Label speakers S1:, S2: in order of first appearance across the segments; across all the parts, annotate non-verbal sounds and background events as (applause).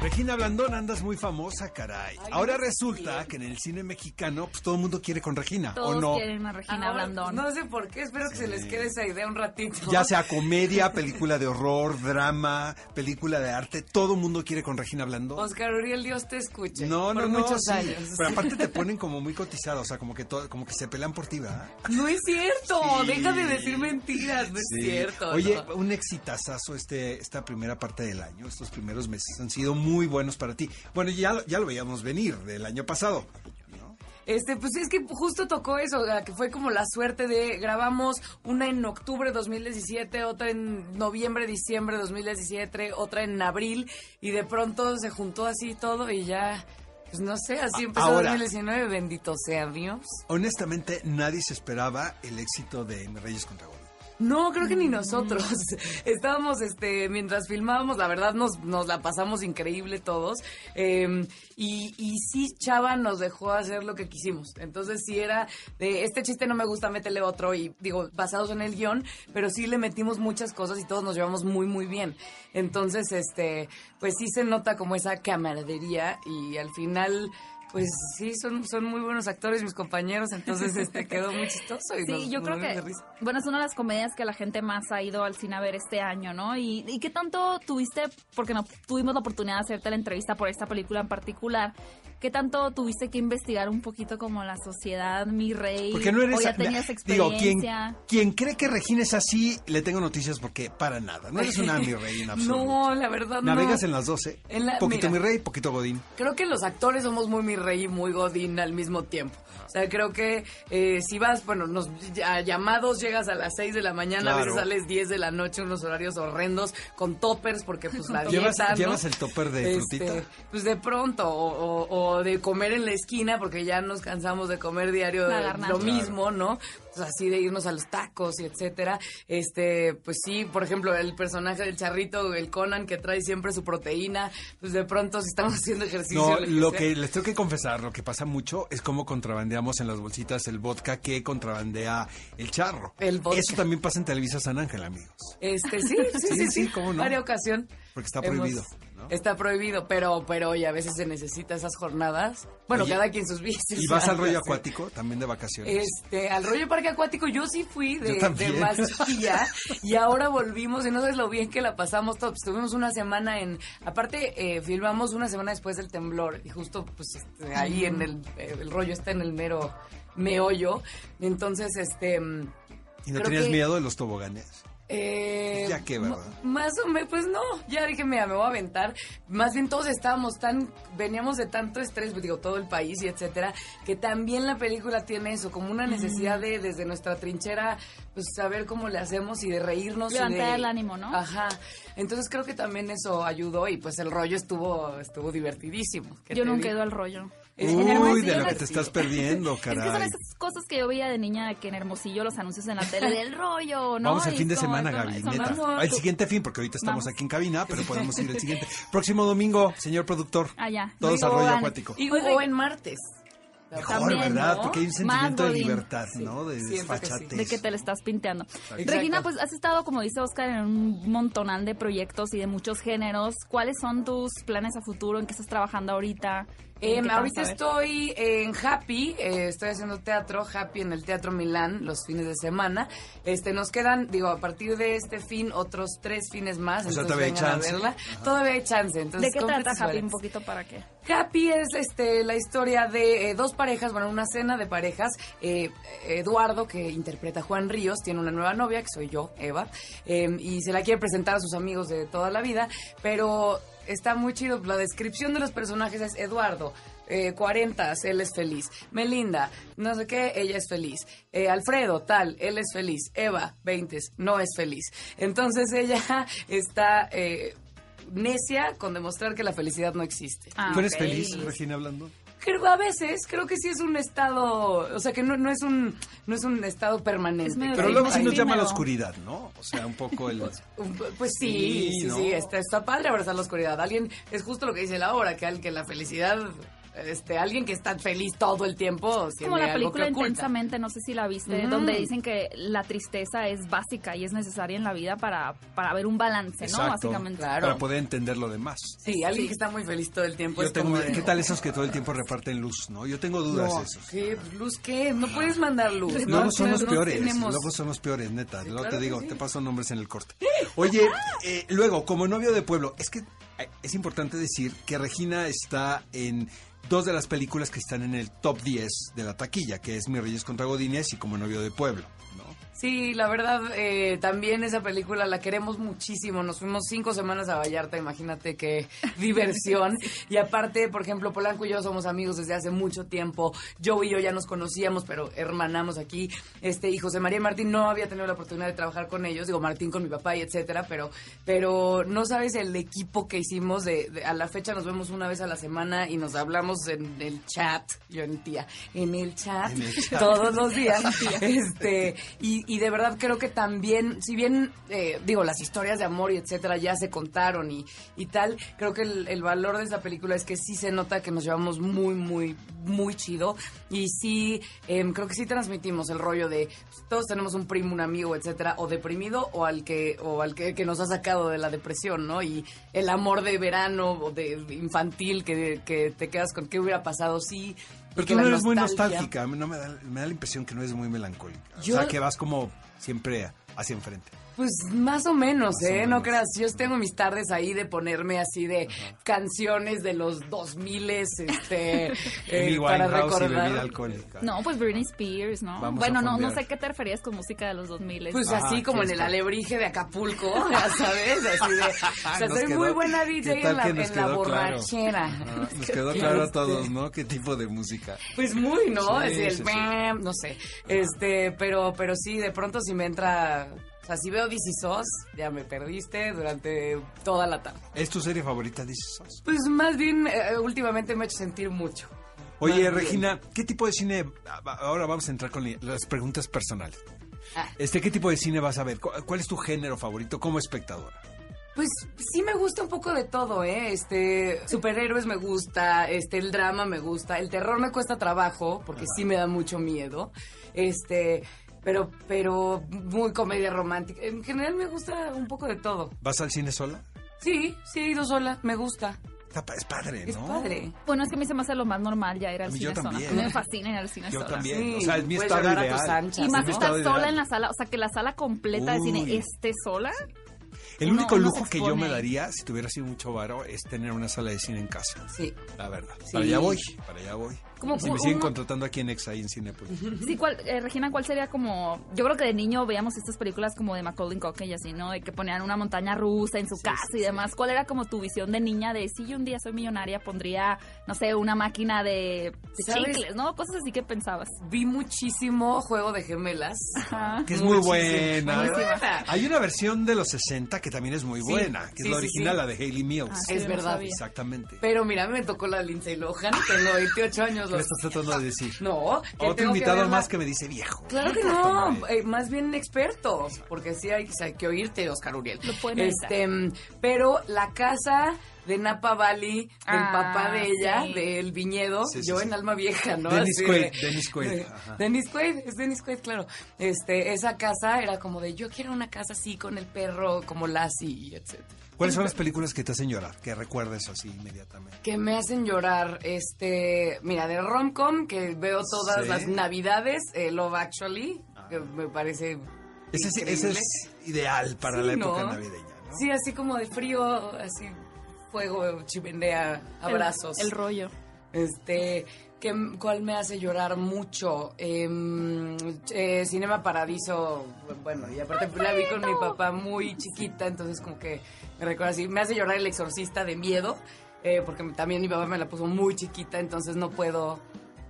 S1: Regina Blandón, andas muy famosa, caray.
S2: Ay,
S1: Ahora
S2: no sé
S1: resulta
S2: quién.
S1: que en el cine mexicano, pues todo el mundo quiere con Regina,
S3: Todos
S1: ¿o no?
S3: quieren a Regina
S2: Ahora,
S3: Blandón.
S2: Ah, No sé por qué, espero que se les quede esa idea un ratito.
S1: Ya sea
S2: (laughs)
S1: comedia, película de horror, drama, película de arte, todo el mundo quiere con Regina Blandón.
S2: Oscar Uriel, Dios te escuche.
S1: No, no,
S2: por
S1: no.
S2: muchos
S1: sí.
S2: años.
S1: Pero aparte
S2: (laughs)
S1: te ponen como muy cotizado, o sea, como que todo, como que se pelean por ti, ¿verdad?
S2: No es cierto,
S1: Sí.
S2: deja de decir mentiras, no
S1: Sí.
S2: es cierto.
S1: Oye,
S2: no.
S1: un exitazazo este, esta primera parte del año. Estos primeros meses han sido muy buenos para ti. Bueno, ya, lo- ya lo veíamos venir del año pasado. ¿no?
S2: Este, pues es que justo tocó eso, o sea, que fue como la suerte de grabamos una en octubre de 2017, otra en noviembre, diciembre de 2017, otra en abril y de pronto se juntó así todo y ya, pues no sé, así
S1: A-
S2: empezó
S1: ahora.
S2: 2019, bendito sea Dios.
S1: Honestamente, nadie se esperaba el éxito de Mi Reyes contra Goliat.
S2: No, creo
S3: Mm.
S2: que ni nosotros. (laughs) Estábamos, este, mientras filmábamos, la verdad nos, nos la pasamos increíble todos. Eh, y, y sí, Chava nos dejó hacer lo que quisimos. Entonces sí era de, este chiste no me gusta, métele otro. Y digo, basados en el guión, pero sí le metimos muchas cosas y todos nos llevamos muy, muy bien. Entonces, este, pues sí se nota como esa camaradería y al final... Pues sí, son, son muy buenos actores mis compañeros, entonces este quedó muy chistoso. Y nos
S3: Sí, yo creo
S2: morimos de
S3: que,
S2: risa.
S3: bueno, es una de las comedias que la gente más ha ido al cine a ver este año, ¿no? ¿Y, y qué tanto tuviste, porque no tuvimos la oportunidad de hacerte la entrevista por esta película en particular, qué tanto tuviste que investigar un poquito como la sociedad, mi rey?
S1: Porque no eres.
S3: o ya
S1: mira,
S3: tenías
S1: digo, quien,
S3: experiencia.
S1: quien cree que Regina es así, le tengo noticias porque para nada. No eres una mi rey
S2: (laughs)
S1: en absoluto.
S2: No, la verdad
S1: Navegas
S2: no.
S1: en las 12.
S2: En la-
S1: poquito
S2: mira.
S1: mi rey, poquito Godín.
S2: Creo que los actores somos muy mi rey y muy godín al mismo tiempo. O sea, creo que eh, si vas, bueno, nos, a llamados llegas a las 6 de la mañana, a veces
S1: Claro.
S2: sales 10 de la noche, unos horarios horrendos, con toppers, porque pues la
S1: (laughs)
S2: dieta,
S1: ¿Llevas,
S2: ¿no?
S1: llevas el topper de
S2: Este,
S1: frutita?
S2: Pues de pronto, o, o- o de comer en la esquina, porque ya nos cansamos de comer diario
S3: La
S2: de-
S3: garnacha.
S2: lo mismo, ¿no? Pues así de irnos a los tacos y etcétera. Este, pues sí, por ejemplo, el personaje del charrito, el Conan, que trae siempre su proteína, pues de pronto si estamos haciendo ejercicio.
S1: No,
S2: que
S1: lo
S2: sea.
S1: que les tengo que confesar, lo que pasa mucho es cómo contrabandeamos en las bolsitas el vodka que contrabandea el charro.
S2: El vodka.
S1: Eso también pasa en Televisa San Ángel, amigos. (laughs)
S2: Este, sí, sí,
S1: Sí,
S2: sí, sí,
S1: sí, cómo no.
S2: Varia ocasión.
S1: Porque está
S2: hemos-
S1: prohibido, ¿no?
S2: Está prohibido, pero, pero oye, a veces se necesita esas jornadas. Bueno,
S1: Oye,
S2: cada quien sus vicios.
S1: ¿Y
S2: (laughs)
S1: vas al rollo
S2: Sí.
S1: acuático también de vacaciones?
S2: Este, al rollo parque acuático yo sí fui de,
S1: Yo también.
S2: de más chiquilla, y ahora volvimos y no sabes lo bien que la pasamos todos. Estuvimos una semana en, aparte eh, filmamos una semana después del temblor y justo pues este, ahí en el, eh, el rollo está en el mero meollo. Entonces, este... mm,
S1: ¿Y no
S2: creo
S1: tenías
S2: que-
S1: miedo de los toboganes?
S2: eh,
S1: Ya qué, ¿verdad?
S2: m- Más o menos, pues no, ya dije, mira, me voy a aventar. Más bien todos estábamos tan, veníamos de tanto estrés, pues digo, todo el país y etcétera, que también la película tiene eso, como una necesidad de desde nuestra trinchera, pues saber cómo le hacemos y de reírnos. y de-
S3: Levantar el ánimo, ¿no?
S2: Ajá. Entonces creo que también eso ayudó y pues el rollo estuvo, estuvo divertidísimo. ¿Qué
S3: Yo
S2: te
S3: nunca he
S2: digo?
S3: ido al rollo.
S2: Es-
S3: En
S1: Uy,
S3: Hermosillo
S1: de lo
S3: no
S1: que te
S3: existe.
S1: estás perdiendo, caray.
S3: Es que son esas cosas que yo veía de niña que en Hermosillo los anuncios en la tele del rollo, ¿no?
S1: Vamos al
S3: Y
S1: fin de
S3: es como,
S1: semana,
S3: eso no-
S1: Gaby,
S3: eso no
S1: neta.
S3: es nuevo.
S1: Al siguiente fin, porque ahorita estamos
S3: Vamos.
S1: aquí en cabina, pero podemos ir el siguiente. Próximo domingo, señor productor.
S3: Allá.
S1: Todos al
S3: Ah, Domingo
S1: rollo
S3: van.
S1: acuático.
S2: Y-
S3: Oye,
S2: o en martes.
S1: Mejor,
S3: También,
S1: ¿verdad?
S3: ¿no?
S1: Porque hay un
S3: Más
S1: sentimiento de
S3: godín.
S1: libertad, ¿no? De
S2: siento que sí.
S1: desfachatez.
S3: De que te le estás pinteando.
S2: Exacto.
S3: Regina, pues has estado, como dice Oscar, en un montonal de proyectos y de muchos géneros. ¿Cuáles son tus planes a futuro? ¿En qué estás trabajando ahorita? ¿En
S2: Em,
S3: qué te
S2: ahorita
S3: vas a ver?
S2: estoy en Happy, eh, estoy haciendo teatro Happy en el Teatro Milán los fines de semana. Este, nos quedan, digo, a partir de este fin otros tres fines más.
S1: O sea,
S2: entonces
S1: todavía hay
S2: vengan a
S1: chance.
S2: verla. Todavía hay chance. Entonces,
S3: ¿De qué
S2: compren
S3: trata
S2: sus
S3: Happy?
S2: boletos.
S3: Un poquito para qué.
S2: Happy es este, la historia de eh, dos parejas, bueno, una cena de parejas. Eh, Eduardo, que interpreta a Juan Ríos, tiene una nueva novia, que soy yo, Eva, eh, y se la quiere presentar a sus amigos de toda la vida, pero está muy chido. La descripción de los personajes es Eduardo. Eh, 40, él es feliz. Melinda, no sé qué, ella es feliz. Eh, Alfredo, tal, él es feliz. Eva, 20, no es feliz. Entonces ella (laughs) está eh, necia con demostrar que la felicidad no existe.
S3: Ah,
S1: ¿Tú eres
S3: ok.
S1: feliz, Pues, Regina, hablando?
S2: Creo- a veces creo que sí es un estado, o sea que no, no es un no es un estado permanente.
S3: Es medio
S1: Pero
S3: Sí,
S1: luego sí
S3: sí
S1: nos
S3: me
S1: llama
S3: da.
S1: la oscuridad, ¿no? O sea, un poco el...
S2: Pues sí,
S1: Sí,
S2: sí,
S1: ¿no?
S2: sí, está, está padre abrazar la oscuridad. Alguien, es justo lo que dice la obra, que, al- que la felicidad este, alguien que está feliz todo el tiempo.
S3: Es como la película
S2: intensamente.
S3: Intensamente, no sé si la viste,
S2: Ujú.
S3: donde dicen que la tristeza es básica y es necesaria en la vida para, para ver un balance, ¿no?
S1: Exacto.
S3: Básicamente.
S2: Claro.
S1: Para poder entender lo demás.
S2: Sí, alguien que está muy feliz todo el tiempo.
S1: Yo
S3: Pues,
S2: es
S1: tengo-
S2: como de-
S1: ¿Qué tal esos que todo el tiempo reparten luz? No, yo tengo dudas
S2: No,
S1: de esos.
S2: ¿qué? Pues, ¿Luz qué? No puedes mandar luz.
S1: Luego
S2: No,
S1: son los
S2: no
S1: peores,
S2: tenemos-
S1: luego son los peores, neta. Luego
S2: claro
S1: te
S2: que
S1: digo,
S2: sí. Ah.
S1: te paso nombres en el corte. Oye, eh, luego, como novio de pueblo, es que eh, es importante decir que Regina está en dos de las películas que están en el top 10 de la taquilla, que es Mi Reyes contra Godínez y Como novio de pueblo, ¿no?
S2: Sí, la verdad, eh, también esa película la queremos muchísimo. Nos fuimos cinco semanas a Vallarta, imagínate qué diversión. Y aparte, por ejemplo, Polanco y yo somos amigos desde hace mucho tiempo. Yo y yo ya nos conocíamos, pero hermanamos aquí. Este, y José María Martín no había tenido la oportunidad de trabajar con ellos, digo, Martín con mi papá y etcétera, pero, pero no sabes el equipo que hicimos. De, de- a la fecha nos vemos una vez a la semana y nos hablamos en el chat, yo en tía, en el chat,
S1: En el chat.
S2: todos los días. este y, y de verdad creo que también, si bien, eh, digo, las historias de amor y etcétera ya se contaron y, y tal, creo que el, el valor de esta película es que sí se nota que nos llevamos muy, muy, muy chido. Y sí, em, creo que sí transmitimos el rollo de pues, todos tenemos un primo, un amigo, etcétera, o deprimido o al que o al que, que nos ha sacado de la depresión, ¿no? Y el amor de verano o de infantil que, que te quedas con qué hubiera pasado, sí.
S1: Pero
S2: que
S1: tú no
S2: la
S1: eres muy
S2: nostalgia.
S1: nostálgica, a mí no me, da, me da la impresión que no eres muy melancólica.
S2: Yo-
S1: O sea, que vas como siempre hacia enfrente.
S2: Pues más o menos,
S1: Más o
S2: ¿eh?
S1: menos.
S2: No creas, yo tengo mis tardes ahí de ponerme así de canciones de los
S1: (laughs)
S2: 2000 este, eh,
S1: Amy
S2: para
S1: Winehouse y bebida
S2: recordar.
S1: alcohólica.
S3: No, pues Britney Spears, ¿no?
S1: Vamos a
S3: bueno, no, no
S1: fondear.
S3: sé a qué te referías con música de los 2000.
S2: Pues
S1: Ajá,
S2: así como en el
S1: fiesta.
S2: alebrije de Acapulco, (laughs) ya sabes, así
S1: (laughs)
S2: de... O sea,
S1: Nos
S2: soy
S1: quedó-
S2: muy buena DJ
S1: ¿qué tal
S2: en la,
S1: que nos
S2: en la
S1: quedó claro?
S2: borrachera. (laughs)
S1: Ah, Nos quedó claro a todos, ¿no? ¿Qué tipo de música?
S2: Pues muy, ¿no?
S1: Sí,
S2: Así el
S1: sí, sí.
S2: bam, no sé. Este, pero, pero sí, de pronto si me entra... O sea, si veo DC SOS, ya me perdiste durante toda la tarde.
S1: ¿Es tu serie favorita, dices? Oz?
S2: Pues más bien, eh, últimamente me ha hecho sentir mucho.
S1: Oye,
S2: Más bien.
S1: Regina, ¿qué tipo de cine? a- a- Ahora vamos a entrar con li- las preguntas personales.
S2: Ah.
S1: Este, ¿qué tipo de cine vas a ver? ¿Cu- ¿Cuál es tu género favorito como espectadora?
S2: Pues sí me gusta un poco de todo, ¿eh? Este, superhéroes me gusta, este, el drama me gusta, el terror me cuesta trabajo, porque sí me da mucho miedo, este, pero, pero muy comedia romántica. En general me gusta un poco de todo.
S1: ¿Vas al cine sola?
S2: Sí, sí he ido sola, me gusta,
S1: Está pa- Es padre, ¿no?
S2: es padre.
S3: Bueno, es que a mí se me hace lo más normal ya ir al
S1: A mí yo
S3: cine sola.
S1: también.
S3: Me fascina ir al cine
S1: Yo
S3: sola.
S1: también.
S2: Sí,
S1: o sea, es mi
S2: puedes
S1: estado
S2: llegar a tus
S1: ideal.
S2: anchas,
S3: Y
S1: Es
S3: más
S1: mi
S2: ¿no?
S3: estar
S1: estado
S3: sola
S1: ideal.
S3: en la sala, o sea, que la sala completa de
S1: Uy.
S3: cine esté sola.
S1: El
S3: uno-
S1: único
S3: uno
S1: lujo
S3: se
S1: que yo me
S3: expone.
S1: daría, si tuviera sido mucho varo, es tener una sala de cine en casa.
S2: Sí.
S1: La verdad.
S2: Sí.
S1: Para allá voy, para allá voy.
S3: Como
S1: si me
S3: uno-
S1: siguen contratando aquí en Exa y en Cine, pues.
S3: Sí, ¿cuál, eh, Regina, ¿cuál sería como.? Yo creo que de niño veíamos estas películas como de Macaulay Culkin y así, ¿no? De que ponían una montaña rusa en su casa y demás. ¿Cuál era como tu visión de niña de si yo un día soy millonaria pondría, no sé, una máquina de, de
S2: ¿Sabes?
S3: chicles, ¿no? Cosas así que pensabas.
S2: Vi muchísimo Juego de Gemelas.
S3: Ajá.
S1: Que es muy
S2: Muchísimo.
S1: buena.
S2: Muy buena.
S1: Hay una versión de los 60 que también es muy
S2: Sí,
S1: buena, que
S2: sí,
S1: es la
S2: sí,
S1: original,
S2: sí.
S1: la de Hayley Mills.
S3: Ah,
S2: Es
S3: yo
S2: verdad.
S3: sabía.
S1: Exactamente.
S2: Pero mira, a mí me tocó la de Lindsay Lohan, tengo 28 años.
S1: ¿Qué le
S2: los-
S1: estás tratando de decir?
S2: No, que
S1: Otro
S2: tengo que
S1: invitado
S2: verla.
S1: más que me dice viejo.
S2: Claro que
S1: Puta
S2: no,
S1: madre.
S2: eh, más bien expertos, porque sí hay, hay que oírte, Oscar Uriel.
S3: Lo pueden
S2: este, mm, Pero la casa de Napa Valley, del
S3: Ah,
S2: papá de ella,
S3: sí.
S2: del viñedo,
S1: Sí, sí,
S2: yo
S1: sí.
S2: en Alma Vieja, ¿no?
S1: Dennis
S2: Así
S1: Quaid,
S2: de-
S1: Dennis Quaid,
S2: de-
S1: ajá.
S2: Dennis Quaid, es Dennis Quaid, claro. Este, esa casa era como de, yo quiero una casa así con el perro, como Lassie, etc.
S1: ¿Cuáles
S2: pues,
S1: son las películas que te hacen llorar? Que recuerdes así inmediatamente.
S2: Que me hacen llorar, este, mira, de romcom que veo todas
S1: Sí.
S2: las navidades, eh, Love Actually, que
S1: Ah.
S2: me parece
S1: Ese, es- ese
S2: increíble.
S1: es ideal para
S2: Sí,
S1: la época
S2: ¿no?
S1: navideña, ¿no?
S2: Sí, así como de frío, así fuego, chimenea, abrazos.
S3: El, el rollo.
S2: este, que, ¿cuál me hace llorar mucho? Em, eh, Cinema Paradiso, bueno, y aparte la vi con mi papá muy chiquita, entonces como que me recuerda así, me hace llorar El Exorcista de miedo, eh, porque también mi papá me la puso muy chiquita, entonces no puedo,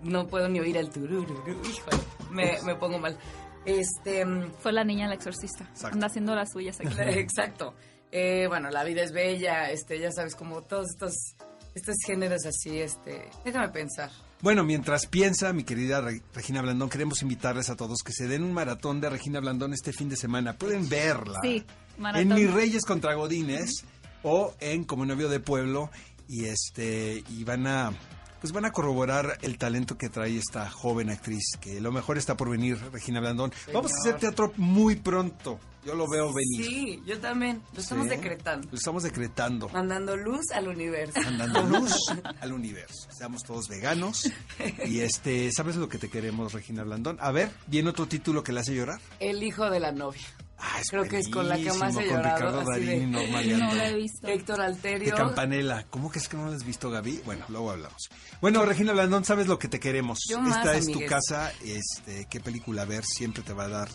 S2: no puedo ni oír el turururu, híjole, me, me pongo mal. Este... em,
S3: Fue la niña la exorcista.
S1: Exacto.
S3: Anda haciendo las suyas
S1: (laughs)
S3: aquí.
S2: (laughs) Exacto. Eh, bueno, la vida es bella, este, ya sabes, como todos estos, estos géneros así, este, déjame pensar.
S1: Bueno, mientras piensa, mi querida Re- Regina Blandón, queremos invitarles a todos que se den un maratón de Regina Blandón este fin de semana. Pueden verla.
S3: Sí, maratón.
S1: En Mis Reyes contra Godines o en Como Novio de Pueblo. Y este, y van a. Pues pues van a corroborar el talento que trae esta joven actriz, que lo mejor está por venir, Regina Blandón. Vamos a hacer teatro muy pronto. Yo lo veo venir.
S2: Sí, yo también. Lo estamos
S1: Sí. Pues
S2: decretando.
S1: Lo estamos decretando.
S2: Mandando luz
S1: (laughs)
S2: al universo.
S1: Mandando luz al universo. Seamos todos veganos. Y este, ¿sabes lo que te queremos, Regina Blandón? A ver, viene otro título que le hace llorar.
S2: El hijo de la novia.
S1: Ah,
S2: Creo que es con la que más he
S1: buenísimo,
S2: llorado,
S1: Con Ricardo
S2: así
S1: Darín y
S2: de- (laughs)
S1: Norma
S3: No
S1: Leandro.
S3: la he visto.
S2: Héctor
S1: De
S2: Alterio.
S1: campanela. ¿Cómo que es que no lo has visto, Gaby? Bueno, luego hablamos. Bueno, Regina Blandón, sabes lo que te queremos.
S2: Yo
S1: Esta
S2: más,
S1: es tu
S2: amigues.
S1: casa. Este, qué película ver siempre te va a dar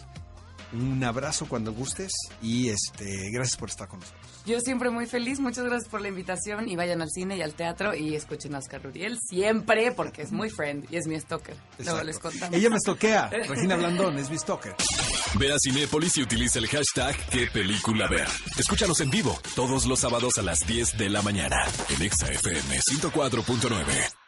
S1: un abrazo cuando gustes. Y este, gracias por estar con nosotros.
S2: Yo siempre muy feliz. Muchas gracias por la invitación y vayan al cine y al teatro y escuchen a Oscar Uriel siempre porque es muy friend y es mi stalker. Luego
S1: Exacto.
S2: les contamos.
S1: Ella me
S2: (laughs)
S1: estoquea. Regina Blandón es mi stalker.
S4: Ve a Cinépolis y utiliza el hashtag qué película ver. Escúchanos en vivo todos los sábados a las 10 de la mañana en Exa FM 104.9.